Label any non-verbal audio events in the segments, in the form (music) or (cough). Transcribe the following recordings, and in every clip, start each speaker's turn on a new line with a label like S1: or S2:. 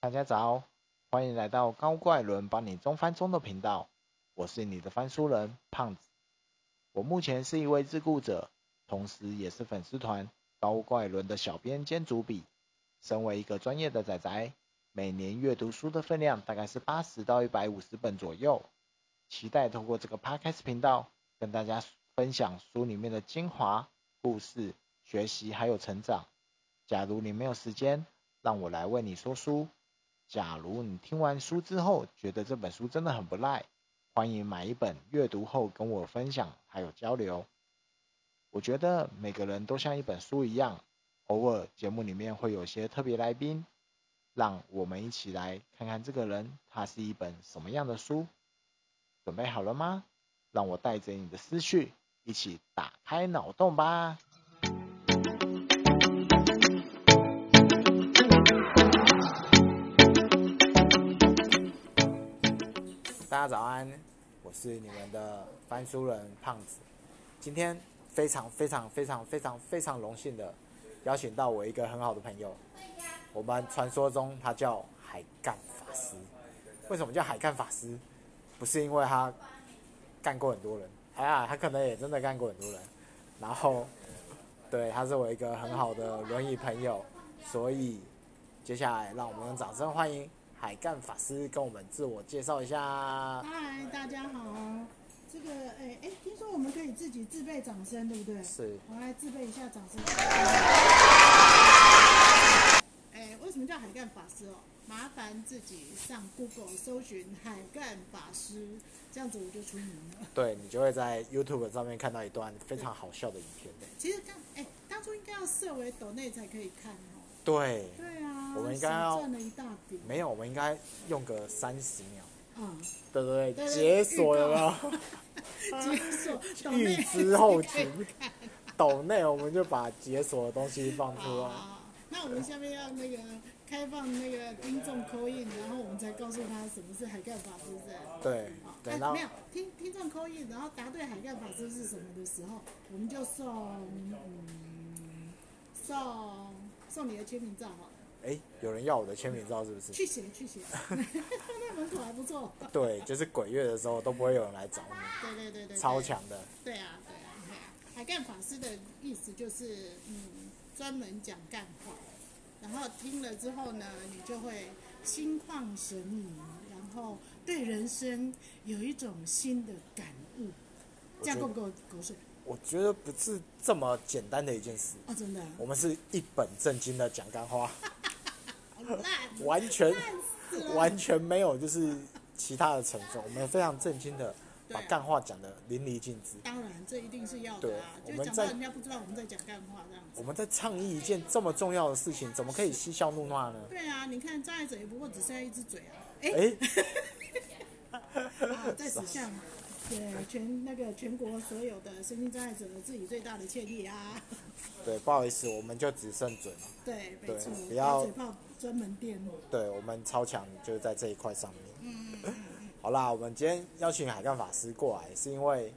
S1: 大家早，欢迎来到高怪伦帮你中翻中的频道，我是你的翻书人胖子。我目前是一位自雇者，同时也是粉丝团高怪伦的小编兼主笔。身为一个专业的仔仔，每年阅读书的分量大概是八十到一百五十本左右。期待透过这个 podcast 频道，跟大家分享书里面的精华、故事、学习还有成长。假如你没有时间，让我来为你说书。假如你听完书之后觉得这本书真的很不赖，欢迎买一本阅读后跟我分享还有交流。我觉得每个人都像一本书一样，偶尔节目里面会有些特别来宾，让我们一起来看看这个人他是一本什么样的书。准备好了吗？让我带着你的思绪一起打开脑洞吧。大家早安，我是你们的翻书人胖子。今天非常非常非常非常非常荣幸的邀请到我一个很好的朋友，我们传说中他叫海干法师。为什么叫海干法师？不是因为他干过很多人，哎呀，他可能也真的干过很多人。然后，对，他是我一个很好的轮椅朋友，所以接下来让我们用掌声欢迎海干法师跟我们自我介绍一下。
S2: 嗨，大家好。这个，哎、哎，听说我们可以自己自备掌声，对不对？
S1: 是
S2: 我来自备一下掌声。哎、为什么叫海干法师哦？麻烦自己上 Google 搜寻海干法师，这样子我就出名了。
S1: 对你就会在 YouTube 上面看到一段非常好笑的影片。
S2: 其实刚，哎、当初应该要设为抖内才可以看哦。
S1: 对，
S2: 对啊，
S1: 我们应该要
S2: 少赚了一大笔。
S1: 没有，我们应该用个三十秒，
S2: 嗯，
S1: 对不对？
S2: 对对
S1: 解锁有没有？ (laughs)
S2: 解锁抖内
S1: 预知后情，抖内我们就把解锁的东西放出
S2: (laughs)
S1: 来。
S2: 好，哦那我们下面要那个开放那个听众扣印，然后我们才告诉他什么是海干法师，是不是？
S1: 对
S2: 好，
S1: 对，
S2: 哎
S1: 然后
S2: 没有听听众扣印，然后答对海干法师是什么的时候，我们就送嗯送送你的签名照好了，
S1: 哎，有人要我的签名照是不是？
S2: 去写去写， (laughs) 那门口还不错， (laughs)
S1: 对，就是鬼月的时候都不会有人来找你，
S2: 对对对对对，
S1: 超强的。
S2: 对啊，对啊，对啊。海干法师的意思就是，嗯，专门讲干话，然后听了之后呢，你就会心旷神怡，然后对人生有一种新的感悟。
S1: 我
S2: 这样
S1: 觉
S2: 够
S1: 得
S2: 不够狗水？
S1: 我觉得不是这么简单的一件事，
S2: 哦，真的啊，
S1: 我们是一本正经的讲干话，
S2: 好烂，
S1: 完全
S2: 烂死了。
S1: 完全没有就是其他的成分，我们非常正经的把
S2: 对啊
S1: 干话讲的淋漓尽致。
S2: 当然，这一定是要的啊，
S1: 对
S2: 就
S1: 我们
S2: 讲到
S1: 在
S2: 人家不知道我们在讲干话这样子。
S1: 我们在倡议一件这么重要的事情，怎么可以嬉笑怒骂呢？
S2: 对啊，你看张爱者也不过只剩下一只嘴啊。哎、
S1: 哎，
S2: 啊，在此向对全那个全国所有的身心障碍者致以最大的歉意啊！
S1: (laughs) 对，不好意思，我们就只剩嘴嘛。
S2: 对，没错
S1: 对，不要
S2: 打嘴炮专门店。
S1: 对，我们超强就是在这一块上面。好啦，我们今天邀请海干法师过来，是因为，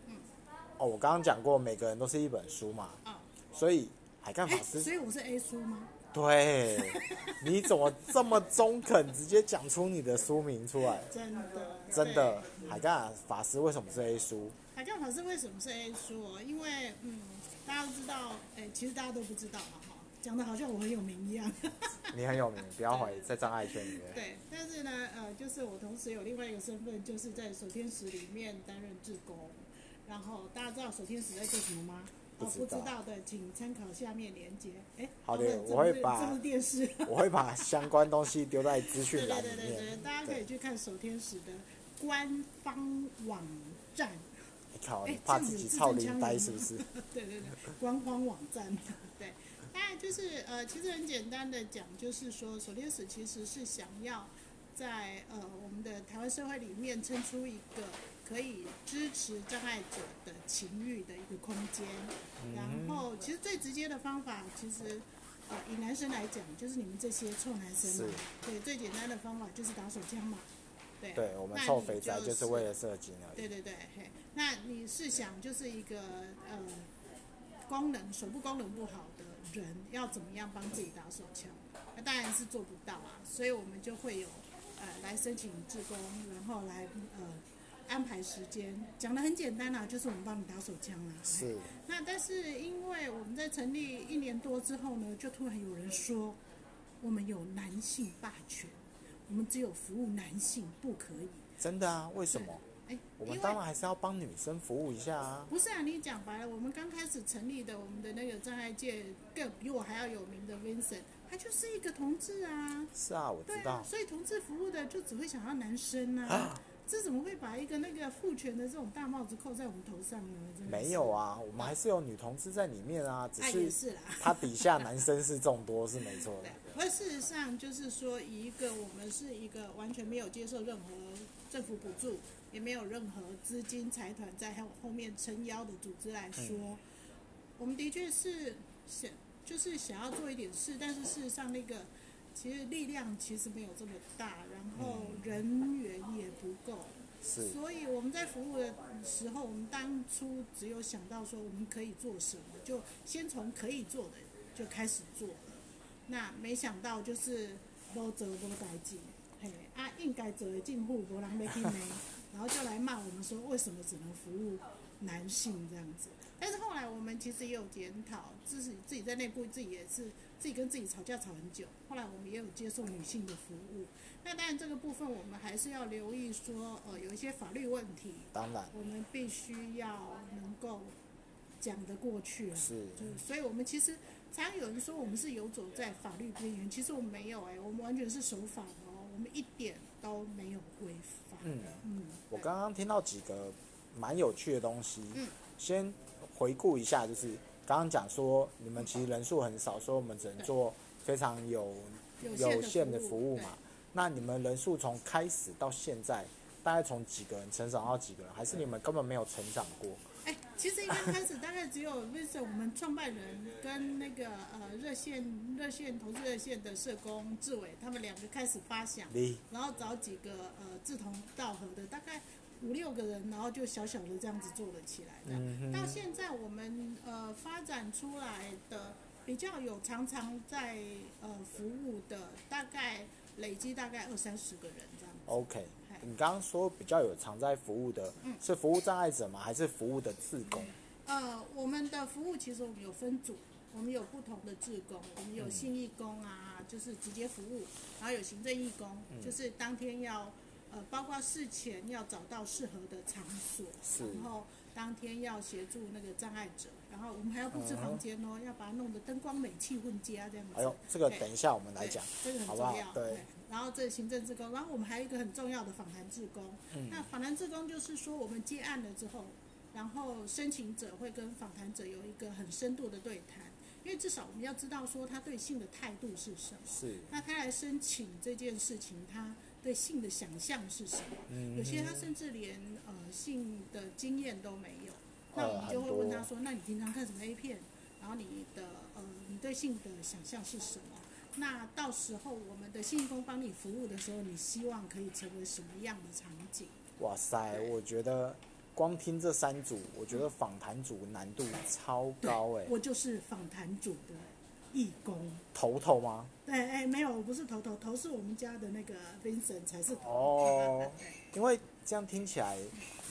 S1: 哦，我刚刚讲过，每个人都是一本书嘛，
S2: 啊，
S1: 所以海干法
S2: 哎，
S1: 师，
S2: (laughs) 所以我是 A 书吗？ (laughs)
S1: 对，你怎么这么中肯，直接讲出你的书名出来？
S2: 真的，
S1: 真的
S2: 对。，
S1: 海干法师为什么是 A 书？
S2: 海干法师为什么是 A 书哦？因为嗯，大家都知道，哎，其实大家都不知道嘛，哈，讲的好像我很有名一样。
S1: 你很有名，不要怀疑，在障碍圈里面。
S2: 对，但是呢，呃，就是我同时有另外一个身份，就是在守天使里面担任志工。然后大家知道守天使在做什么吗？
S1: 不
S2: 哦
S1: 知
S2: 不知
S1: 道
S2: 道的，请参考下面连接。哎，
S1: 好的
S2: 不是这
S1: 我会
S2: 不是
S1: 把
S2: 这部电视。
S1: 我会把相关东西丢在资
S2: 对
S1: 讯
S2: (laughs) 对
S1: 栏里
S2: 对对对，
S1: 面。
S2: 大家可以
S1: 对，
S2: 去看守天使的官方网站。
S1: 你靠，
S2: 哎
S1: 你怕
S2: 这样
S1: 自
S2: 子
S1: 己
S2: 字
S1: 操
S2: 正
S1: 林
S2: 腔
S1: 呆
S2: 圆
S1: 是
S2: 吗
S1: 不是？
S2: (laughs) 对对对，官方网站。 (laughs) 对，当然就是呃，其实很简单的讲，就是说，首天使其实是想要在呃我们的台湾社会里面撑出一个可以支持障碍者的情欲的一个空间。
S1: 嗯
S2: 然后，其实最直接的方法，其实呃以男生来讲，就是你们这些臭男生嘛，对，最简单的方法就是打手枪嘛。对，
S1: 对我们
S2: 那
S1: 臭
S2: 你
S1: 肥宅就是为了射精而
S2: 对
S1: 已。
S2: 对对，嘿，那你是想就是一个呃功能手部功能不好的人要怎么样帮自己打手枪？哎、那当然是做不到啊，所以我们就会有呃来申请志工，然后来呃安排时间，讲的很简单啦、就是我们帮你打手枪啦、
S1: 是
S2: 那但是因为我们在成立一年多之后呢，就突然有人说我们有男性霸权，我们只有服务男性，不可以。
S1: 真的啊？为什么？
S2: 哎，
S1: 我
S2: 因
S1: 们
S2: 为
S1: 当然还是要帮女生服务一下啊。
S2: 不是啊，你讲白了，我们刚开始成立的，我们的那个障碍界更比我还要有名的 Vincent，他就是一个同志啊，
S1: 是啊，我知
S2: 对啊
S1: 道，。
S2: 所以同志服务的就只会想要男生啊，这怎么会把一个那个父权的这种大帽子扣在我们头上呢？真的是
S1: 没有，啊，我们还是有女同志在里面啊，只
S2: 哎也
S1: 是
S2: 是啦，
S1: 她底下男生是众多，是没错的
S2: 对。，而事实上就是说，以一个我们是一个完全没有接受任何政府补助，也没有任何资金财团在后后面撑腰的组织来说，我们的确是想就是想要做一点事，但是事实上那个其实力量其实没有这么大，然后人员也不够。
S1: 是
S2: 所以我们在服务的时候，我们当初只有想到说我们可以做什么，就先从可以做的就开始做了。那没想到就是无做无代志，嘿，啊应该做的进步无人要去骂，然后就来骂我们说为什么只能服务男性这样子。但是后来我们其实也有检讨，自己自己在内部自己也是自己跟自己吵架吵很久。后来我们也有接受女性的服务，那当然这个部分我们还是要留意说，呃，有一些法律问题，
S1: 当然
S2: 我们必须要能够讲得过去啊。
S1: 是
S2: 就是，所以我们其实常有人说我们是游走在法律边缘，其实我们没有哎、我们完全是守法的哦，我们一点都没有违法。
S1: 嗯，
S2: 嗯，
S1: 我刚刚听到几个蛮有趣的东西
S2: 嗯，
S1: 先回顾一下，就是刚刚讲说你们其实人数很少，所以我们只能
S2: 对
S1: 做非常有
S2: 有
S1: 有限
S2: 限
S1: 的
S2: 的
S1: 服务嘛。那你们人数从开始到现在，大概从几个人成长到几个人，还是你们根本没有成长过？
S2: 哎，其实一刚开始大概只有 Vincent 我们创办人跟那个呃热线热线投资热线的社工志伟他们两个开始发想，
S1: 你
S2: 然后找几个呃志同道合的，大概五六个人，然后就小小的这样子做了起来的。到现在我们呃发展出来的比较有常常在呃服务的，大概累积大概二三十个人这样。
S1: OK，
S2: 嗨
S1: 你刚刚说比较有常在服务的，
S2: 嗯
S1: 是服务障碍者吗？还是服务的自工？
S2: 呃，我们的服务其实我们有分组，我们有不同的志工，我们
S1: 嗯
S2: 有信义工啊，就是直接服务，然后有行政义工，
S1: 嗯
S2: 就是当天要呃，包括事前要找到适合的场所，
S1: 是
S2: 然后当天要协助那个障碍者，然后我们还要布置房间哦，要把它弄得灯光美、气氛佳这样子。
S1: 啊哎呦，这个
S2: 对
S1: 等一下我们来
S2: 对，
S1: 讲。
S2: 这个很
S1: 好
S2: 重
S1: 不好
S2: 要。
S1: 对
S2: 然后这个行政职工，然后我们还有一个很重要的访谈职工。
S1: 嗯
S2: 那访谈职工就是说，我们接案了之后，然后申请者会跟访谈者有一个很深度的对谈，因为至少我们要知道说他对性的态度是什么。
S1: 是
S2: 那他来申请这件事情，他对性的想象是什么？
S1: 嗯
S2: 有些他甚至连呃性的经验都没有。那
S1: 呃
S2: 我们就会
S1: 很多
S2: 问他说：“那你平常看什么 A 片？然后你的呃，你对性的想象是什么？那到时候我们的性工帮你服务的时候，你希望可以成为什么样的场景？
S1: 哇塞，
S2: 对
S1: 我觉得光听这三组，我觉得访谈组难度超高哎、
S2: 嗯我就是访谈组的义工。
S1: 头头吗？
S2: 对，哎，没有，我不是头头，头是我们家的那个 Vincent 才是头。哎
S1: 哦，因为这样听起来，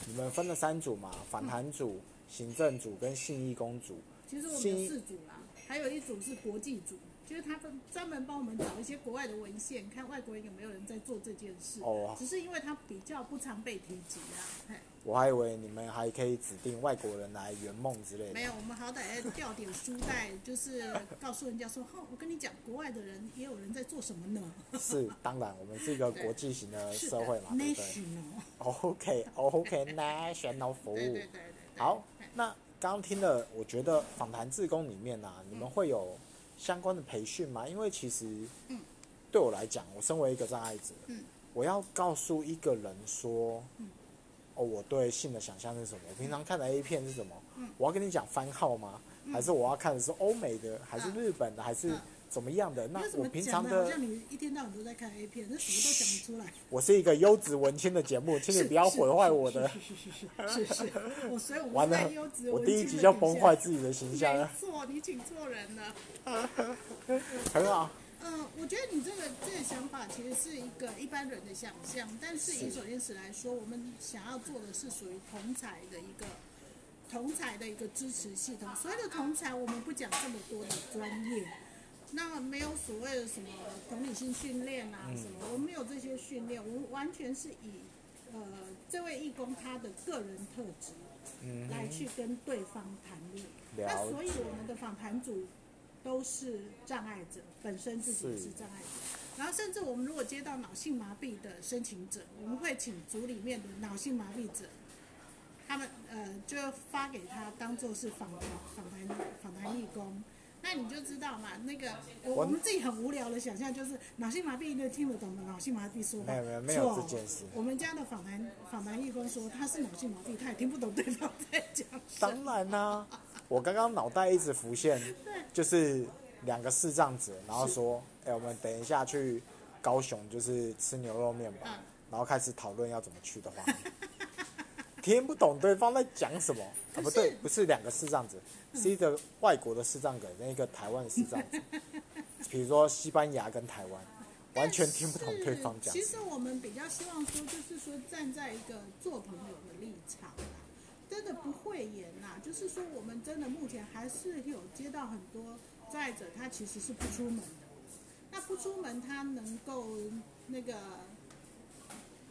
S1: 你们分了三组嘛，
S2: 嗯
S1: 访谈组、行政组跟信义工组。
S2: 其实我们
S1: 新
S2: 有四组啦，还有一组是国际组，就是他们专门帮我们找一些国外的文献，看外国人有没有人在做这件事。
S1: 哦
S2: 只是因为他比较不常被提及啦。嘿
S1: 我还以为你们还可以指定外国人来圆梦之类
S2: 没
S1: 的。
S2: 有，我们好歹要掉点书袋，就是告诉人家说，哦，我跟你讲，国外的人也有人在做什么呢？
S1: 是，当然，我们是一个国际型的
S2: 是
S1: 社会嘛，对不对
S2: national，
S1: ？OK，OK，National 服务。
S2: 对对对对对。
S1: 好
S2: 嘿，
S1: 那刚刚听了，我觉得访谈志工里面啊，你们会有相关的培训吗？因为其实，
S2: 嗯
S1: 对我来讲，我身为一个障碍者，
S2: 嗯
S1: 我要告诉一个人说，
S2: 嗯
S1: 哦，我对性的想象是什么？我平常看的 A 片是什么？
S2: 嗯
S1: 我要跟你讲番号吗？还是我要看的是欧美的，还是
S2: 嗯
S1: 日本的，还是
S2: 嗯
S1: 怎么样的？那
S2: 你为什
S1: 我
S2: 么
S1: 平常
S2: 讲的好
S1: 的，
S2: 像你一天到晚都在看 A 片，那什么都讲不出来。
S1: 我是一个优质文青的节目，请你
S2: 是
S1: 不要毁坏我的。
S2: 是是是是是是是，我所以我
S1: 完
S2: 们
S1: 了
S2: 在优质，
S1: 我
S2: 文
S1: 第一
S2: 青
S1: 集
S2: 的
S1: 就
S2: 底
S1: 崩
S2: 下
S1: 坏自己的形象
S2: 没
S1: 了，
S2: 错，你请错人了。
S1: 很好。
S2: 呃，我觉得你这个这个想法其实是一个一般人的想象，但是以
S3: 是
S2: 手电石来说，我们想要做的是属于同才的一个同才的一个支持系统。所谓的同才，我们不讲这么多的专业，那没有所谓的什么同理心训练
S3: 嗯
S2: 啊什么，我们没有这些训练，我们完全是以呃这位义工他的个人特质
S3: 嗯
S2: 来
S3: 哼，
S2: 去跟对方谈论。那
S3: 了
S2: 所以
S3: 解，
S2: 我们的访谈组都是障碍者，本身自己也是障碍者。然后甚至我们如果接到脑性麻痹的申请者，我们会请组里面的脑性麻痹者，他们呃就发给他当做是访谈访谈访谈义工。那你就知道嘛，那个呃我
S3: 我
S2: 我们自己很无聊的想象就是脑性麻痹一定听得懂的脑性麻痹说话，
S3: 没有没有没有
S2: 错哦
S3: 这件事
S2: 我们家的访谈访谈义工说他是脑性麻痹，他也听不懂对方在讲什
S3: (laughs) 当
S2: 么。
S3: 然啦、我刚刚脑袋一直浮现，就是两个视障者，然后说，哎、我们等一下去高雄，就是吃牛肉面吧，
S2: 嗯
S3: 然后开始讨论要怎么去的话， (laughs) 听不懂对方在讲什么啊？
S2: 可
S3: 不
S2: 是嗯
S3: 对，不是两个视障者，是一个外国的视障者，跟一个台湾的视
S2: (laughs)
S3: 障者，比如说西班牙跟台湾，完全听不懂对方讲
S2: 其
S3: 什
S2: 实我们比较希望说，就是说站在一个做朋友的立场啦，真的不会言啦，就是说我们真的目前还是有接到很多障碍者，他其实是不出门的。那不出门，他能够那个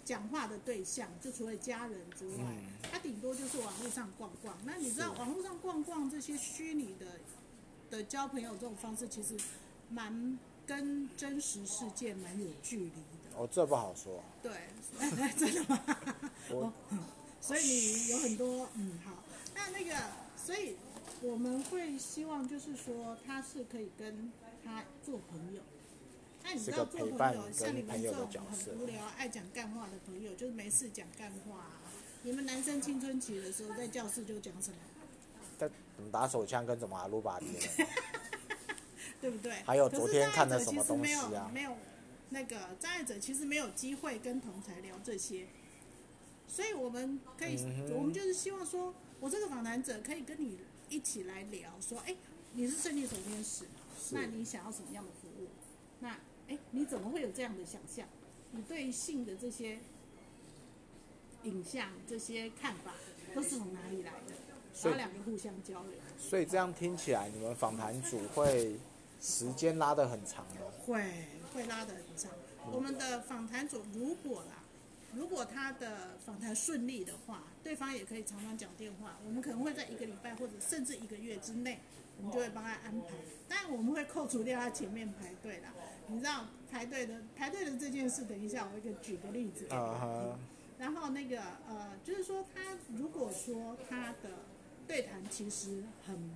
S2: 讲话的对象，就除了家人之外，他顶多就是网络上逛逛。那你知道
S3: 嗯是
S2: 网络上逛逛这些虚拟的的交朋友这种方式，其实蛮跟真实世界蛮有距离的。
S3: 么，哦，这不好说。
S2: 对， (laughs) 真的吗？
S3: 我
S2: 哦所以你有很多嗯好，那那个，所以我们会希望就是说他是可以跟他做朋友。那你知道
S3: 是
S2: 做
S3: 个陪
S2: 朋
S3: 伴
S2: 友，像你
S3: 跟
S2: 们
S3: 朋友
S2: 这
S3: 的
S2: 种
S3: 角色
S2: 很无聊、爱讲干话的朋友，就是没事讲干话、啊。你们男生青春期的时候在教室就讲什么，
S3: 在怎么打手枪跟怎么阿鲁巴迪的，
S2: 对不对？
S3: 还有
S2: 可是
S3: 昨天看的
S2: 障碍者
S3: 什么
S2: 其实没有
S3: 东西啊
S2: 没有那个障碍者其实没有机会跟同才聊这些，所以我们可以，
S3: 嗯
S2: 我们就是希望说，我这个访谈者可以跟你一起来聊，说，哎，你是胜利手天使，那你想要什么样的服务？那哎，你怎么会有这样的想象？你对性的这些影像、这些看法都是从哪里来的？然
S3: 所以
S2: 后两个互相交流，
S3: 所以这样听起来，你们访谈组会时间拉得很长哦。
S2: 会会拉得很长。我们的访谈组如果啦，如果他的访谈顺利的话，对方也可以常常讲电话。我们可能会在一个礼拜或者甚至一个月之内，我们就会帮他安排。但我们会扣除掉他前面排队啦。你知道排队的排队的这件事，等一下我会给举个例子给你
S3: 啊
S2: 听
S3: 哈。
S2: 然后那个呃，就是说他如果说他的对谈其实很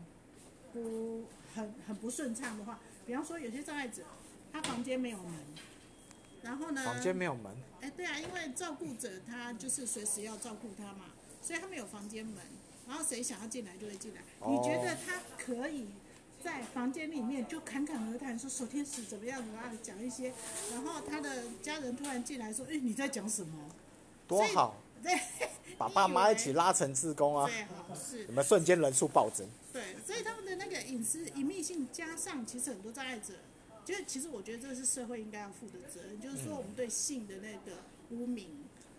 S2: 不很很不顺畅的话，比方说有些障碍者，他房间没有门，然后呢，
S3: 房间没有门，
S2: 哎，对啊，因为照顾者他就是随时要照顾他嘛，所以他们有房间门，然后谁想要进来就会进来。
S3: 哦
S2: 你觉得他可以在房间里面就侃侃而谈，说守天使怎么样怎么样，讲一些，然后他的家人突然进来说，哎，你在讲什么？
S3: 多好，
S2: 对，
S3: 把 (laughs) 爸妈一起拉成志工啊，
S2: 最好是
S3: 你们瞬间人数暴增。
S2: 对，所以他们的那个隐私隐秘性加上，其实很多障碍者，就是其实我觉得这是社会应该要负的责任，就是说我们对性的那个污名，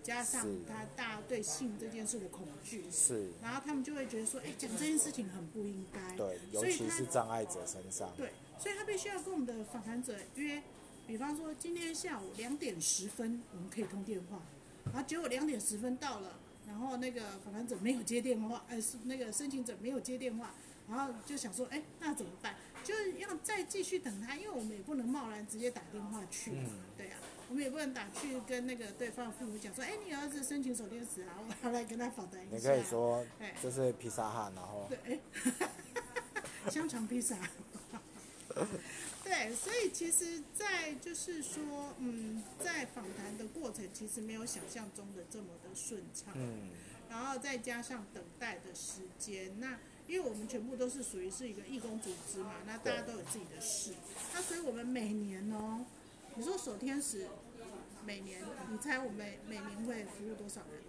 S2: 加上
S3: 是
S2: 他大家对性这件事的恐惧，
S3: 是，
S2: 然后他们就会觉得说，哎，讲这件事情很不应该，
S3: 对，尤
S2: 所以
S3: 其
S2: 他
S3: 是障碍者身上，
S2: 对，所以他必须要跟我们的访谈者约，比方说今天下午两点十分我们可以通电话，然后结果两点十分到了，然后那个访谈者没有接电话，呃，是那个申请者没有接电话，然后就想说，哎，那怎么办？就是要再继续等他，因为我们也不能贸然直接打电话去，
S3: 嗯
S2: 对啊，我们也不能打去跟那个对方父母讲说，哎，你儿子申请手电石啊，我要来跟他访谈一下。
S3: 你可以说
S2: 哎
S3: 这是披萨汉，然后
S1: 哦
S2: 对，哎 (laughs) 香肠披萨。对，所以其实，在就是说，嗯，在访谈的过程，其实没有想象中的这么的顺畅。
S3: 嗯，
S2: 然后再加上等待的时间，那因为我们全部都是属于是一个义工组织嘛，那大家都有自己的事，那所以我们每年哦，你说守天使，每年你猜我们每年会服务多少人？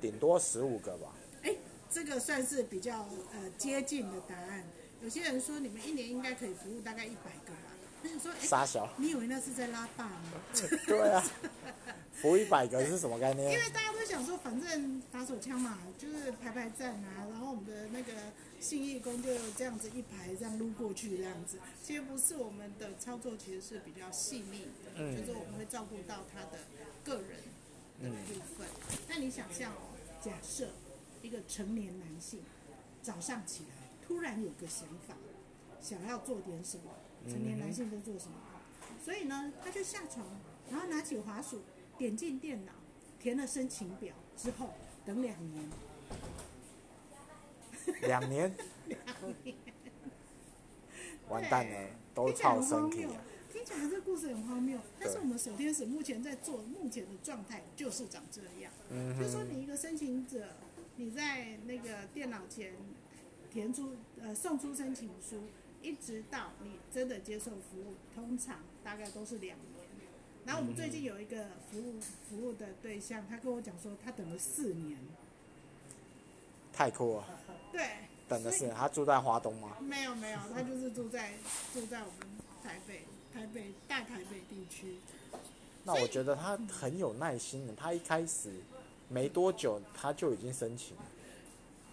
S3: 顶多十五个吧。
S2: 哎，这个算是比较呃接近的答案。有些人说你们一年应该可以服务大概一百个吧，那你说，哎，
S1: 傻
S2: (laughs)
S1: 小，
S2: 你以为那是在拉霸吗？
S1: 对啊，服一百个是什么概
S2: 因
S1: 念？
S2: 为大家都想说，反正打手枪嘛，就是排排站啊，然后我们的那个信义工就这样子一排这样撸过去这样子。其实不是我们的操作，其实是比较细腻的，
S1: 嗯
S2: 就是我们会照顾到他的个人的部分。那你想象哦，假设一个成年男性早上起来突然有个想法，想要做点什么，成年男性都做什么？所以呢，他就下床，然后拿起滑鼠，点进电脑，填了申请表之后，等两年，
S1: 两年，完蛋了，都
S2: 听起来
S1: 超
S2: 很荒
S1: 身体
S3: 啊
S2: 谬
S1: 了。。
S2: 听起来这个故事很荒谬，但是我们守天使目前在做，目前的状态就是长这样。
S1: 嗯
S2: 就说
S1: 哼，
S2: 你一个申请者，你在那个电脑前填出呃送出申请书，一直到你真的接受服务，通常大概都是两年。然后我们最近有一个服务服务的对象，他跟我讲说，他等了四年，
S1: 太酷了，
S2: 对，
S1: 等的
S2: 所以
S1: 是他住在华东吗？
S2: 没有没有，他就是住在住在我们台北台北大台北地区，
S1: 那我觉得他
S2: 嗯
S1: 很有耐心的，他一开始没多久他就已经申请了，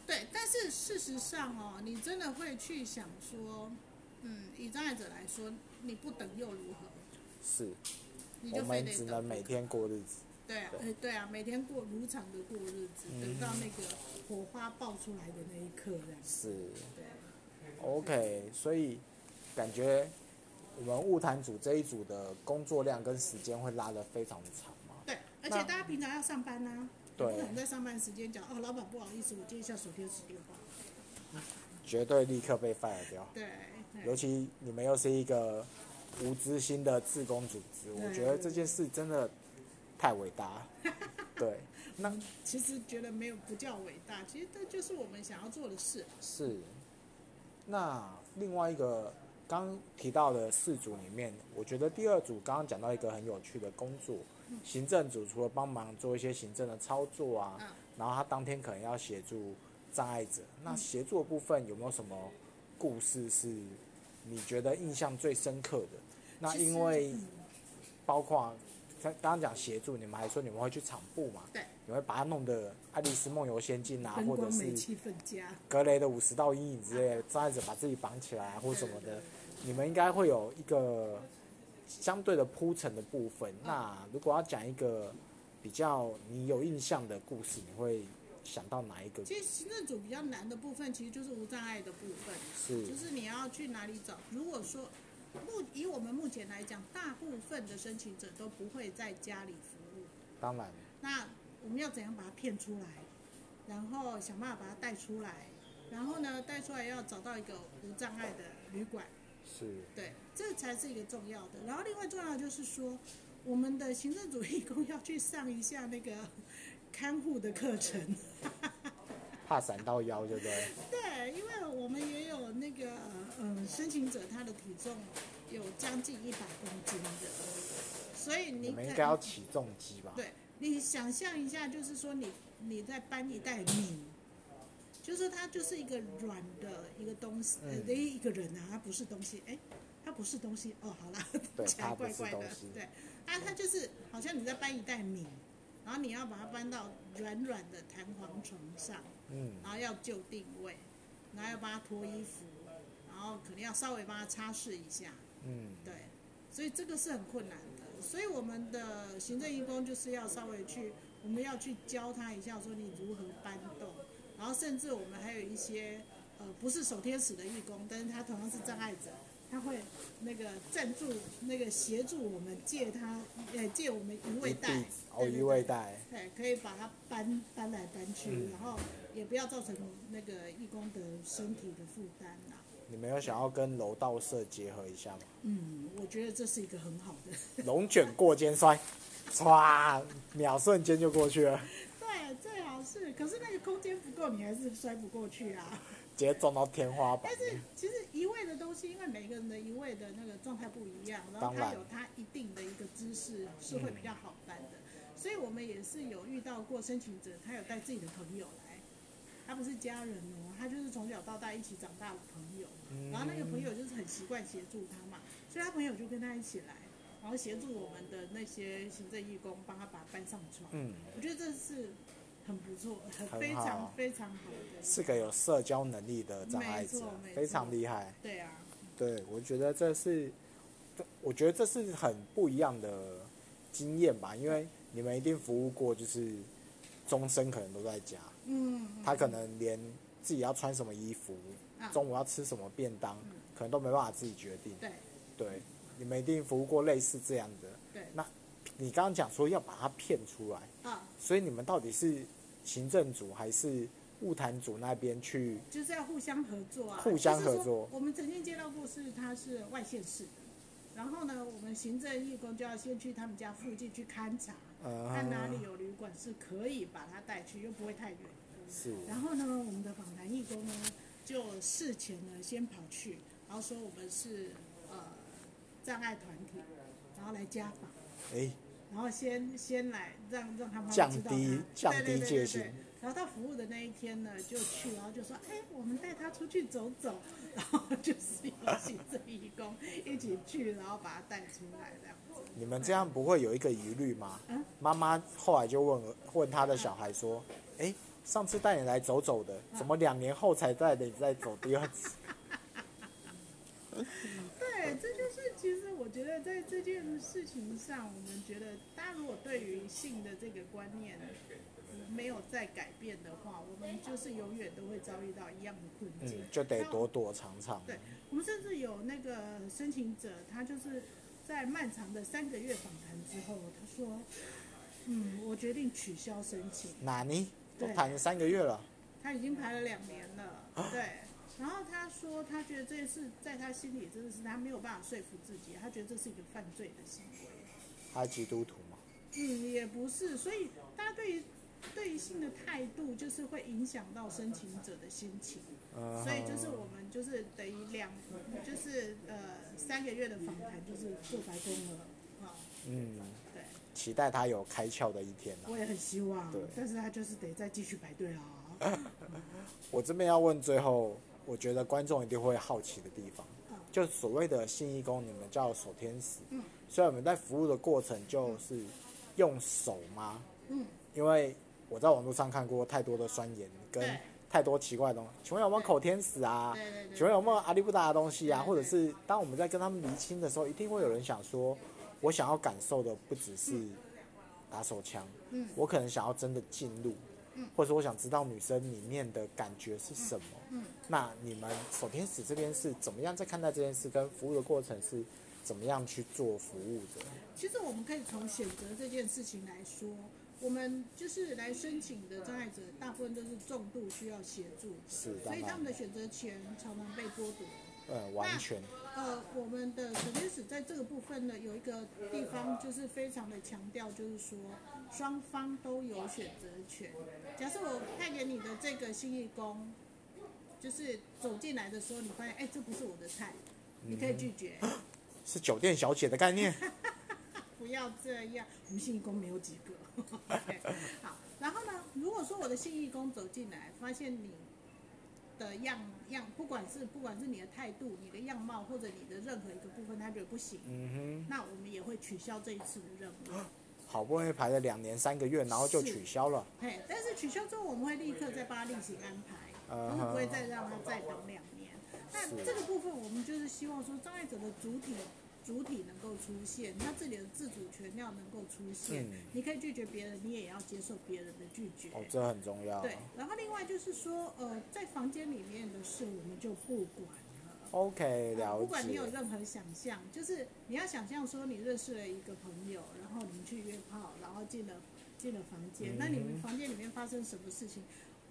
S2: 对，但是事实上哦，你真的会去想说，嗯，以障碍者来说，你不等又如何？
S1: 是
S2: 你
S1: 我
S2: 就非
S1: 们
S2: 得
S1: 只
S2: 等。
S1: 能每天过日子。
S2: 对啊，
S1: 对
S2: 哎对啊，每天过如常的过日子，
S1: 嗯
S2: 等到那个火花爆出来的那一刻，这样。
S1: 是
S2: 对，
S1: OK，所以感觉我们物谈组这一组的工作量跟时间会拉得非常长嘛。
S2: 对，
S1: 那
S2: 而且大家平常要上班呐、啊
S1: 对
S2: 不可能在上班时间讲哦，老板不好意思，我接一下手天使电话。
S1: 绝对立刻被 fire 掉。
S2: 对，
S1: 尤
S2: 对
S1: 其你们又是一个无知心的自工组织，我
S2: 对
S1: 觉得这件事真的太伟大了。
S2: (laughs)
S1: 对，那
S2: 其实觉得没有不叫伟大，其实这就是我们想要做的事。
S1: 是那另外一个刚提到的四组里面，我觉得第二组刚刚讲到一个很有趣的工作，行政组除了帮忙做一些行政的操作啊，
S2: 嗯
S1: 然后他当天可能要协助障碍者，那协助的部分有没有什么故事是你觉得印象最深刻的？那
S2: 其实嗯
S1: 因为包括刚刚刚讲协助，你们还说你们会去场部嘛？
S2: 对，
S1: 你会把它弄得《爱丽丝梦游仙境》啊，
S2: 灯
S1: 或者
S2: 光美
S1: 是
S2: 气氛佳。
S1: 格雷的五十道阴影之类的，障碍者把自己绑起来啊或什么的，你们应该会有一个相对的铺陈的部分。那如果要讲一个比较你有印象的故事，你会想到哪一个？
S2: 其实行政组比较难的部分，其实就是无障碍的部分，
S1: 是
S2: 就是你要去哪里找。如果说目以我们目前来讲，大部分的申请者都不会在家里服务，
S1: 当然，
S2: 那我们要怎样把他骗出来，然后想办法把他带出来，然后呢带出来要找到一个无障碍的旅馆，
S1: 是
S2: 对，这才是一个重要的。然后另外重要的就是说，我们的行政组义工要去上一下那个 (laughs) 看护的课程。
S1: 怕闪到腰，对不对？
S2: 对，因为我们也有那个嗯，申请者他的体重有将近一百公斤的，所以
S1: 你
S2: 你可
S1: 们应该要起重机吧？
S2: 对，你想象一下，就是说你你在搬一袋米，就是它就是一个软的一个东西，呃
S1: 嗯
S2: 的一个人啊，它不是东西，哎，它不是东西，哦，好啦， (laughs)
S1: 对
S2: 起来
S1: 它不
S2: 怪
S1: 是
S2: 怪的
S1: 东西，
S2: 对，啊，它就是好像你在搬一袋米，然后你要把它搬到软软的弹簧床上。
S1: 嗯，
S2: 然后要就定位，然后要帮他脱衣服，然后可能要稍微帮他擦拭一下，
S1: 嗯，
S2: 对，所以这个是很困难的。所以我们的行政义工就是要稍微去，我们要去教他一下，说你如何搬动，然后甚至我们还有一些呃不是守天使的义工，但是他同样是障碍者。他会那个赞助，那个协助我们借他，呃，借我们一位
S1: 一
S2: 带
S1: 地，哦，
S2: 对对
S1: 一
S2: 对
S1: 位带，
S2: 对，可以把它搬搬来搬去，然后也不要造成那个义工的身体的负担啊啦。
S1: 你们有想要跟柔道社结合一下吗？
S2: 嗯，我觉得这是一个很好的，
S1: 龙卷过肩摔，唰，秒瞬间就过去了，
S2: 对，最好是，可是那个空间不够，你还是摔不过去
S1: (laughs)
S2: 啊。
S1: 直接撞到天花板
S2: 但。是其实移位的东西，因为每个人的移位的那个状态不一样，然后
S1: 当
S2: 他
S1: 然
S2: 有他一定的一个姿势是会比较好办的，
S1: 嗯
S2: 所以我们也是有遇到过申请者，他有带自己的朋友来，他不是家人
S1: 嗯
S2: 哦，他就是从小到大一起长大的朋友，然后那个朋友就是很习惯协助他嘛，所以他朋友就跟他一起来，然后协助我们的那些行政义工帮他把他搬上床。
S1: 嗯，
S2: 我觉得这是很不错，很
S1: 很
S2: 非常
S1: 好
S2: 非常好的。
S1: 是个有社交能力的障碍者
S2: 没错没，错
S1: 非常厉害。
S2: 对啊，
S1: 对，我觉得这是，这我觉得这是很不一样的经验吧，因为你们一定服务过，就是终身可能都在家，
S2: 嗯，
S1: 他可能连自己要穿什么衣服，
S2: 啊
S1: 中午要吃什么便当
S2: 嗯，
S1: 可能都没办法自己决定。
S2: 啊对
S1: 对，你们一定服务过类似这样的。
S2: 对
S1: 那你刚刚讲说要把他骗出来，
S2: 啊，
S1: 所以你们到底是行政组还是物谈组那边去？
S2: 就是要互相合作啊，
S1: 互相合作
S2: 就是说我们曾经接到过是他是外县市的，然后呢，我们行政义工就要先去他们家附近去勘察，
S1: 呃，
S2: 看哪里有旅馆是可以把他带去，又不会太远。
S1: 是
S2: 然后呢，我们的访谈义工呢，就事前呢先跑去，然后说我们是呃障碍团体，然后来家访，
S1: 哎，
S2: 然后先先来让让他们
S1: 降
S2: 知道
S1: 低
S2: 他
S1: 降
S2: 对对
S1: 低
S2: 对
S1: 戒
S2: 对
S1: 心
S2: 对然后到服务的那一天呢，就去，然后就说，哎，我们带他出去走走，然后就是有行政义工一起去，然后把他带出来这样子。
S1: 你们这样不会有一个疑虑吗
S2: 嗯？
S1: 妈妈后来就问我问她的小孩说：“哎，上次带你来走走的，
S2: 嗯
S1: 怎么两年后才带你再走第二
S2: (laughs)
S1: 次
S2: 对，这就是其实我觉得在这件事情上，我们觉得大家如果对于性的这个观念没有再改变的话，我们就是永远都会遭遇到一样的困？”境。
S1: 嗯，就得躲躲藏藏。
S2: 对我们甚至有那个申请者，他就是在漫长的三个月访谈之后，他说：“嗯，我决定取消申请。”
S1: 哪尼都
S2: 对
S1: 谈了三个月了，
S2: 他已经排了两年了，对。然后他说，他觉得这件事在他心里真的是他没有办法说服自己，他觉得这是一个犯罪的行为。
S1: 他基督徒嘛，
S2: 嗯，也不是，所以大家对于对于性的态度，就是会影响到申请者的心情。
S1: 嗯，
S2: 所以就是我们就是等于两，就是呃三个月的访谈就是做白工了啊、
S1: 嗯，
S2: 对，
S1: 期待他有开窍的一天啊。
S2: 我也很希望
S1: 对，
S2: 但是他就是得再继续排队啊。
S1: 我这边要问最后，我觉得观众一定会好奇的地方
S2: 嗯，
S1: 就所谓的信义工，你们叫守天使
S2: 嗯，
S1: 所以我们在服务的过程就是用手吗？
S2: 嗯，
S1: 因为我在网络上看过太多的酸言跟
S2: 对
S1: 太多奇怪的东西，请问有没有口天使啊？
S2: 对对对
S1: 请问有没有阿里不达的东西啊？
S2: 对对
S1: 或者是当我们在跟他们厘清的时候，一定会有人想说，我想要感受的不只是打手枪，
S2: 嗯
S1: 我可能想要真的进入，
S2: 嗯
S1: 或者说我想知道女生里面的感觉是什么。
S2: 嗯
S1: 那你们守天使这边是怎么样在看待这件事，跟服务的过程是怎么样去做服务的？
S2: 其实我们可以从选择这件事情来说，我们就是来申请的障碍者，大部分都是重度需要协助的，
S1: 是，
S2: 所
S1: 当
S2: 以他
S1: 然，
S2: 们的选择权常常被剥夺。
S1: 呃，完全，
S2: 呃，我们的首先是在这个部分呢，有一个地方就是非常的强调，就是说双方都有选择权。假设我派给你的这个新义工，就是走进来的时候，你发现哎，这不是我的菜，你可以拒绝。
S1: 是酒店小姐的概念。
S2: 不要这样，我们信义工没有几个。好，然后呢，如果说我的信义工走进来，发现你的样样，不管是不管是你的态度、你的样貌，或者你的任何一个部分，他觉得不行，
S1: 嗯
S2: 那我们也会取消这一次的任务。
S1: 哼，好不容易排了两年三个月，然后就是取消了。
S2: 嘿，但是取消之后，我们会立刻再帮他另行安排，
S1: 嗯
S2: 我们不会再让他再等两年。那
S1: 是
S2: 这个部分，我们就是希望说，障碍者的主体主体能够出现，他自己的自主权要能够出现。
S1: 嗯
S2: 你可以拒绝别人，你也要接受别人的拒绝。
S1: 哦，这很重要。
S2: 对，然后另外就是说，呃，在房间里面的事我们就不管了。
S1: OK，了
S2: 啊不管你有
S1: 解。
S2: 任何想象，就是你要想象说你认识了一个朋友，然后你们去约炮，然后进了进了房
S1: 嗯
S2: 间，那你们房间里面发生什么事情，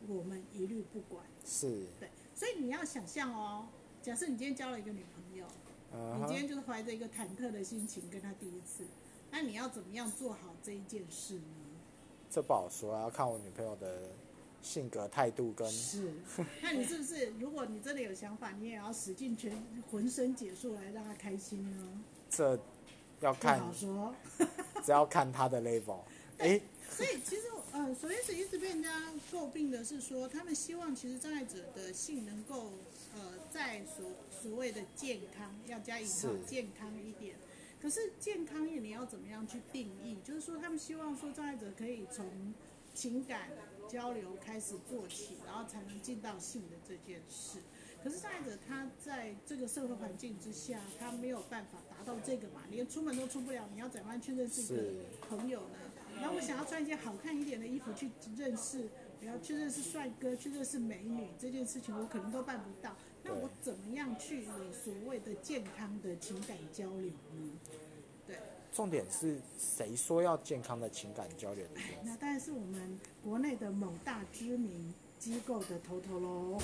S2: 我们一律不管。
S1: 是，
S2: 对，所以你要想象哦，假设你今天交了一个女朋友，
S1: 嗯
S2: 你今
S1: 哼，
S2: 天就是怀着一个忐忑的心情跟她第一次，那你要怎么样做好这一件事呢？
S1: 这不好说啊，要看我女朋友的性格、态度跟 (laughs)
S2: 是，那你是不是如果你真的有想法，你也要使尽全浑身解数来让她开心呢？
S1: 这，要
S2: 不
S1: 看
S2: 好说。
S1: 只要看她的
S2: (laughs)
S1: level。哎，
S2: 所以其实呃，首先是一直被人家诟病的是说，他们希望其实障碍者的性能够呃呃，在所所谓的健康，要加引号
S1: 是
S2: 健康一点。可是健康业你要怎么样去定义？就是说，他们希望说障碍者可以从情感交流开始做起，然后才能进到性的这件事。可是障碍者他在这个社会环境之下，他没有办法达到这个嘛，连出门都出不了，你要怎么样去认识一个
S1: 是
S2: 朋友呢？然后我想要穿一件好看一点的衣服去认识，然后去认识帅哥，去认识美女这件事情，我可能都办不到。那
S1: 对
S2: 我怎么样去有所谓的健康的情感交流呢？对，
S1: 重点是谁说要健康的情感交流的？
S2: 那当然是我们国内的某大知名机构的头头喽。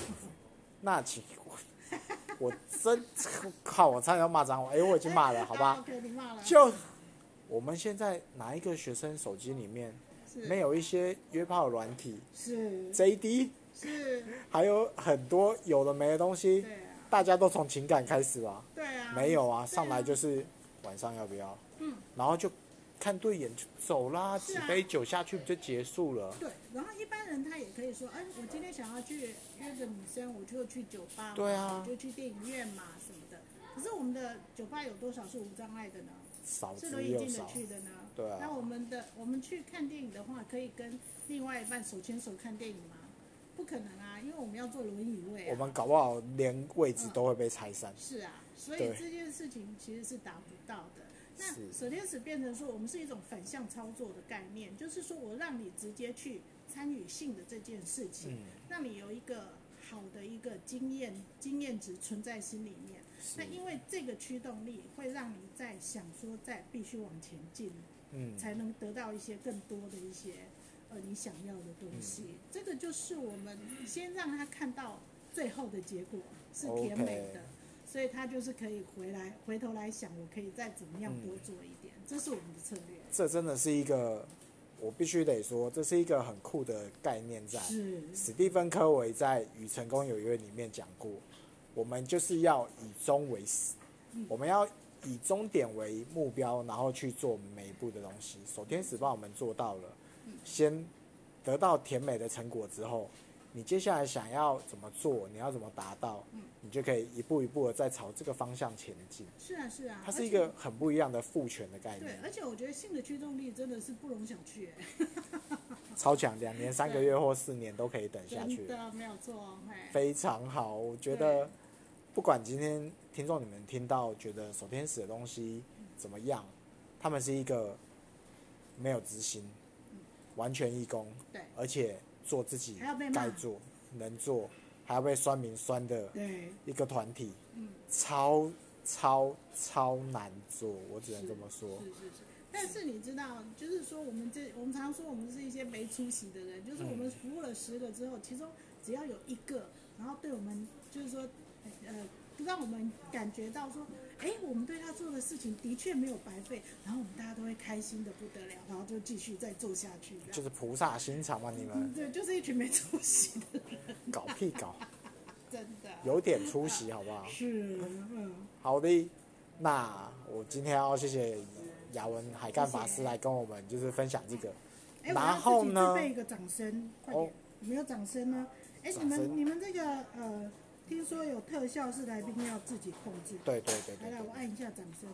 S1: 那请我，我真靠，我差点要骂脏话，哎、我已经骂了，好吧？
S2: 啊？OK，你骂了。
S1: 就我们现在哪一个学生手机里面
S2: 是
S1: 没有一些约炮软体
S2: 是
S1: ，JD，
S2: 是，
S1: 还有很多有的没的东西，
S2: 对啊，
S1: 大家都从情感开始吧？
S2: 对啊。
S1: 没有啊，
S2: 对
S1: 上来就是晚上要不要？
S2: 嗯，
S1: 然后就看对眼就走啦，
S2: 是
S1: 几
S2: 啊
S1: 杯酒下去不就结束了？
S2: 对，然后一般人他也可以说，哎、我今天想要去约个女生，我就去酒吧嘛，
S1: 对啊
S2: 我就去电影院嘛什么的。可是我们的酒吧有多少是无障碍的呢？
S1: 少
S2: 是
S1: 之
S2: 轮椅
S1: 又
S2: 进得
S1: 哦少，
S2: 去的呢？
S1: 对啊
S2: 那我们的我们去看电影的话，可以跟另外一半手牵手看电影吗？不可能啊，因为我们要坐轮椅位、啊。
S1: 我们搞不好连位置都会被拆散。
S2: 是啊，所以
S1: 对
S2: 这件事情其实是达不到的。那
S1: 是
S2: s e l e s 变成说，我们是一种反向操作的概念，就是说我让你直接去参与性的这件事情，
S1: 嗯
S2: 让你有一个好的一个经验经验值存在心里面。
S1: 嗯
S2: 那因为这个驱动力会让你在想说，在必须往前进，
S1: 嗯，
S2: 才能得到一些更多的一些呃你想要的东西。
S1: 嗯
S2: 这个就是我们先让他看到最后的结果是甜美的
S1: OK
S2: 所以他就是可以回来回头来想，我可以再怎么样多做一
S1: 嗯
S2: 点，这是我们的策略。
S1: 这真的是一个，我必须得说，这是一个很酷的概念在。
S2: 是
S1: 史蒂芬·科维在《与成功有约》里面讲过，我们就是要以终为始，
S2: 嗯
S1: 我们要以终点为目标，然后去做每一步的东西。守天使帮我们做到了，
S2: 嗯
S1: 先得到甜美的成果之后，你接下来想要怎么做，你要怎么达到，
S2: 嗯
S1: 你就可以一步一步的再朝这个方向前进。
S2: 是啊是啊，
S1: 它是一
S2: 而
S1: 个
S2: 且。
S1: 很不一样的赋权的概
S2: 对
S1: 念，，
S2: 而且我觉得性的驱动力真的是不容小觑、哎
S1: 超强，两年、三个月或四年都可以等下去
S2: 真。的没有错哦，嘿，
S1: 非常好，我觉得不管今天听众你们听到觉得守天使的东西怎么样，他们是一个没有执行、完全义工，
S2: 对
S1: 而且做自己
S2: 还要被骂
S1: 该做、能做，还要被酸民酸的
S2: 对，
S1: 一个团体，
S2: 嗯，
S1: 超超超难做，我只能
S2: 是
S1: 这么说
S2: 嗯是。是是，但是你知道，就是说我们这，我们常说我们是一些没出息的人，就是我们服务了十个之后，其中只要有一个，然后对我们就是说，呃，让我们感觉到说，哎，我们对他做的事情的确没有白费，然后我们大家都会开心的不得了，然后就继续再做下去，这
S1: 就
S2: 样。
S1: 是菩萨心肠嘛，你
S2: 嗯，
S1: 们
S2: 对，就是一群没出息的人，
S1: 搞屁搞，
S2: 真的。
S1: 有点出息好不好？
S2: 是，嗯，
S1: 好的，那我今天要谢谢雅文海干法师来跟我们就是分享这个，
S2: 哎，我
S1: 然
S2: 要
S1: 后
S2: 自己自
S1: 呢
S2: 备一个掌声，快
S1: 哦
S2: 点，有没有掌声呢？哎，你
S1: 掌
S2: 们
S1: 声
S2: 你们这个呃，听说有特效是来宾要自己控制。
S1: 对对对
S2: 来
S1: 对
S2: 来，我
S1: 对，
S2: 按一下掌声。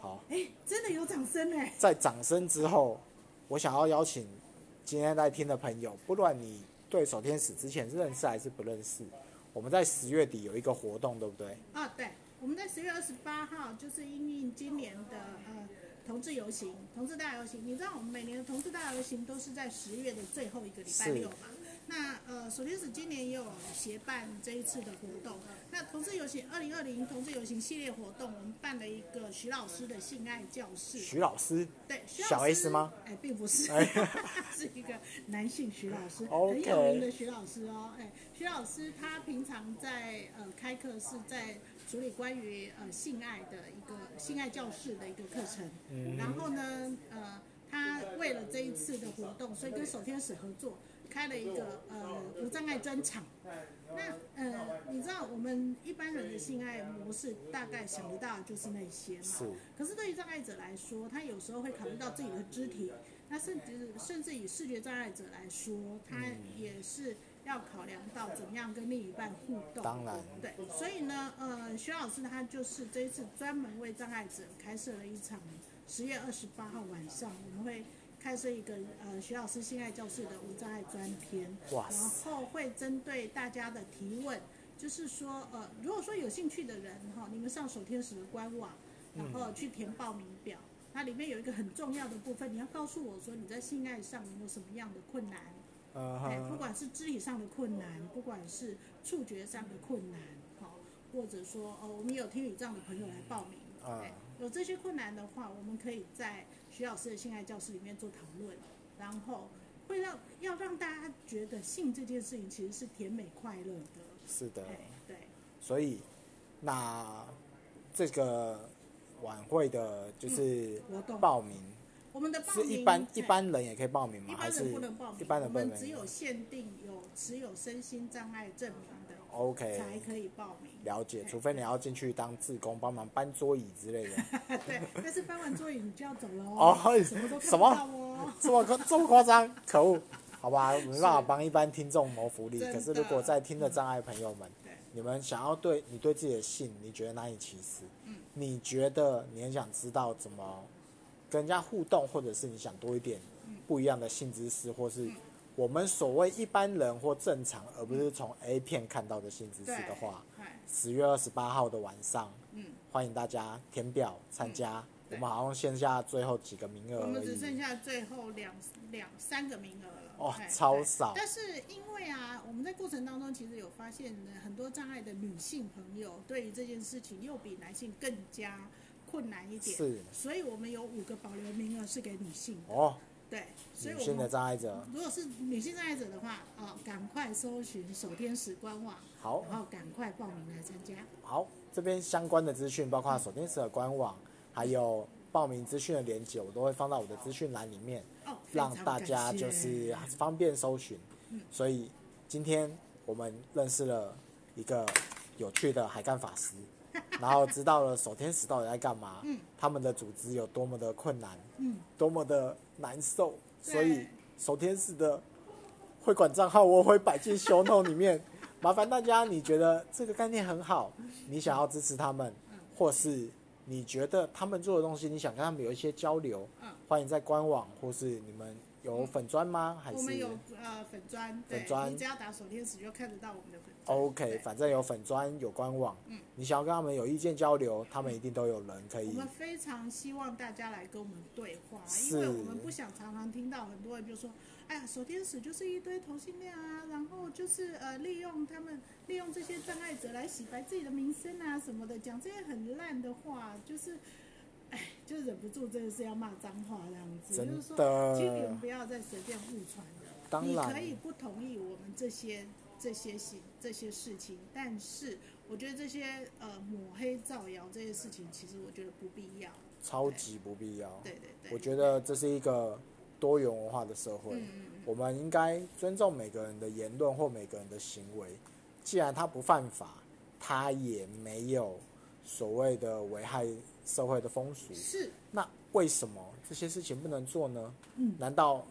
S1: 好，
S2: 哎，真的有掌声哎！
S1: 在掌声之后，我想要邀请今天在听的朋友，不管你对守天使之前认识还是不认识，我们在十月底有一个活动，对不对？
S2: 啊，对，我们在十月二十八号就是因应今年的呃同志游行，同志大游行。你知道我们每年的同志大游行都是在十月的最后一个礼拜
S1: 是
S2: 六嘛？那呃，首先是今年也有协办这一次的活动。那同志游行二零二零同志游行系列活动，我们办了一个徐老师的性爱教室。
S1: 徐老师，
S2: 对，徐
S1: 小
S2: 老师
S1: S 吗？
S2: 哎，并不是， (laughs) 是一个男性徐老师，很
S1: OK
S2: 有名的徐老师哦。哎，徐老师他平常在呃开课是在处理关于呃性爱的一个性爱教室的一个课程，
S1: 嗯
S2: 然后呢，呃，他为了这一次的活动，所以跟守天使合作。开了一个呃无障碍专场，那呃你知道我们一般人的性爱模式大概想得到就是那些嘛，
S1: 是
S2: 可是对于障碍者来说，他有时候会考虑到自己
S1: 嗯
S2: 的肢体，那甚至甚至以视觉障碍者来说，他也是要考量到怎么样跟另一半互动。
S1: 当然
S2: 对，所以呢，呃，徐老师他就是这一次专门为障碍者开设了一场十月二十八号晚上，我们会开设一个呃徐老师性爱教室的无障碍专篇，
S1: 哇
S2: 然后会针对大家的提问，就是说呃，如果说有兴趣的人哈、你们上手天使的官网，然后去填报名表。它里面有一个很重要的部分，你要告诉我说你在性爱上你有什么样的困难，
S1: 嗯
S2: 哎，不
S1: 哼，
S2: 管是肢体上的困难，不管是触觉上的困难，好、或者说哦，我们有听语障的朋友来报名，
S1: 嗯
S2: 哎，有这些困难的话，我们可以在徐老师的性爱教室里面做讨论，然后会让要让大家觉得性这件事情其实是甜美快乐的，
S1: 是的，
S2: 哎，对，
S1: 所以那这个晚会的就是
S2: 嗯活动
S1: 报名
S2: 我们的报
S1: 是
S2: 名
S1: 一般一
S2: 哎
S1: 般人也可以报名
S2: 一
S1: 吗？还
S2: 般
S1: 是
S2: 人不能报名，
S1: 一般人
S2: 我
S1: 不
S2: 们
S1: 能
S2: 只有限定有持有身心障碍证明的
S1: ？OK，
S2: 才可以报名。
S1: 了解，除非你要进去当志工，帮忙搬桌椅之类的。
S2: (laughs) 对，但是搬完座椅你就要走了
S1: 哦
S2: 哦，什么都看不到哦。
S1: 这么夸这么夸张，可恶！好吧，没办法帮一般听众谋福利。
S2: 真的嗯
S1: 可是如果在听的障碍朋友们，
S2: 对
S1: 你们想要对你对自己的性，你觉得难以启齿，
S2: 嗯
S1: 你觉得你很想知道怎么跟人家互动，或者是你想多一点
S2: 嗯
S1: 不一样的性知识，或是我们所谓一般人或正常，而不是从 A 片看到的性知识
S2: 嗯对
S1: 的话，，
S2: 哎
S1: 十月二十八号的晚上，
S2: 嗯，
S1: 欢迎大家填表参加。我
S2: 对
S1: 们好像剩下最后几个名额
S2: 我
S1: 而
S2: 们只
S1: 已。
S2: 剩下最后两两三个名额了。
S1: 哦
S2: 哎
S1: 超
S2: 对
S1: 少
S2: 但是因为啊，我们在过程当中其实有发现呢，很多障碍的女性朋友对于这件事情又比男性更加困难一点。
S1: 是
S2: 所以我们有五个保留名额是给女性的。
S1: 哦，
S2: 对，所以
S1: 女
S2: 我
S1: 性的
S2: 们
S1: 障碍者，
S2: 如果是女性障碍者的话，啊、赶快搜寻守天使官网，
S1: 好
S2: 然后赶快报名来参加。
S1: 好，这边相关的资讯，包括手电社的官网，还有报名资讯的连接，我都会放到我的资讯栏里面，
S2: 哦，非常
S1: 让大家
S2: 感谢嗯
S1: 就是方便搜寻。所以今天我们认识了一个有趣的海干法
S2: (laughs)
S1: 师，然后知道了守天使到底在干嘛，他们的组织有多么的困难，
S2: 嗯，
S1: 多么的难受，
S2: 对
S1: 所以守天使的会馆账号我会摆进 show note 里面。麻烦大家，你觉得这个概念很好，你想要支持他们，或是你觉得他们做的东西，你想跟他们有一些交流，
S2: 嗯
S1: 欢迎在官网或是你们有粉砖吗？还是
S2: 嗯我们有呃粉砖，对，
S1: 粉砖
S2: 你只要打手天使就看得到我们的粉砖。
S1: OK，
S2: 对嗯
S1: 反正有粉砖有官网，你想要跟他们有意见交流，他们一定都有人可
S2: 我
S1: 以
S2: 们非常希望大家来跟我们对话，
S1: 是
S2: 因为我们不想常常听到很多人就说：“哎呀，守天使就是一堆同性恋啊，然后就是呃利用他们利用这些障碍者来洗白自己的名声啊什么的，讲这些很烂的话，就是，哎，就忍不住真的是要骂脏话这样子。
S1: 真
S2: 就是说，
S1: 的
S2: 请你们不要再随便误传了。
S1: 当
S2: 你
S1: 然
S2: 可以不同意我们这些这些行这些事情，但是我觉得这些呃抹黑造谣这些事情，其实我觉得不必要。
S1: 超级不必要。
S2: 对对嗯对，
S1: 我觉得这是一个多元文化的社会，我们应该尊重每个人的言论或每个人的行为。既然他不犯法，他也没有所谓的危害社会的风俗，
S2: 嗯是
S1: 那为什么这些事情不能做呢？
S2: 嗯
S1: 难道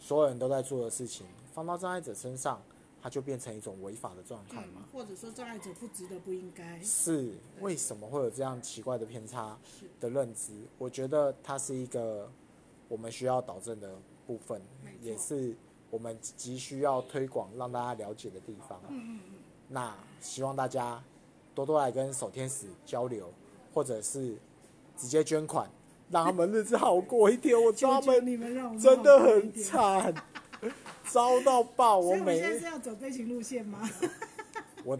S1: 所有人都在做的事情，放到障碍者身上，它就变成一种违法的状态吗
S2: 嗯？，或者说障碍者不值得不应该。
S1: 是为什么会有这样奇怪的偏差
S2: 是
S1: 的认知？我觉得它是一个我们需要导正的部分
S2: 没，错
S1: 也是我们急需要推广让大家了解的地方。
S2: 嗯嗯嗯，
S1: 那希望大家多多来跟守天使交流，或者是直接捐款，让他们日子好过一点。我知道他
S2: 求 (laughs) 求
S1: 们
S2: 你们让我们
S1: 真的
S2: 好过一
S1: 很
S2: 点。 (laughs)
S1: 惨， (laughs) 糟到爆。
S2: 所
S1: 我
S2: 以我们
S1: 每
S2: 现在是要走悲情路线吗？ (laughs)
S1: 我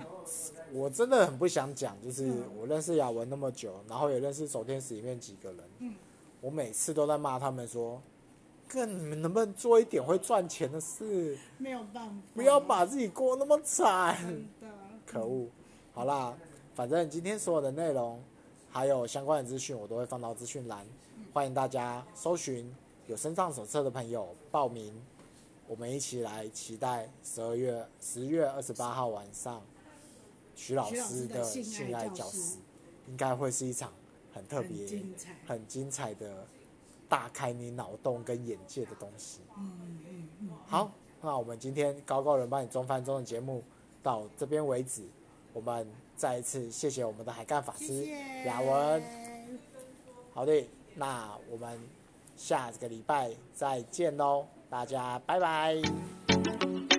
S1: 我真的很不想讲，就是我认识雅文那么久，然后也认识守天使里面几个人，
S2: 嗯
S1: 我每次都在骂他们说，看你们能不能做一点会赚钱的事，
S2: 没有办法，
S1: 不要把自己过那么惨。
S2: 真的。
S1: 可恶！好啦，反正今天所有的内容还有相关的资讯，我都会放到资讯栏，欢迎大家搜寻有身障手册的朋友报名，我们一起来期待十二月十月二十八号晚上徐老师的
S2: 徐老师的
S1: 性
S2: 性
S1: 爱
S2: 爱
S1: 教
S2: 教
S1: 室
S2: 室，
S1: 应该会是一场很特别
S2: 很、精彩
S1: 很精彩的大开你脑洞跟眼界的东西。
S2: 嗯嗯嗯，
S1: 好，那我们今天高高人帮你中翻中的节目到这边为止，我们再一次谢谢我们的海干法
S2: 谢
S1: 师
S2: 谢
S1: 雅文，好的，那我们下个礼拜再见喽，大家拜拜。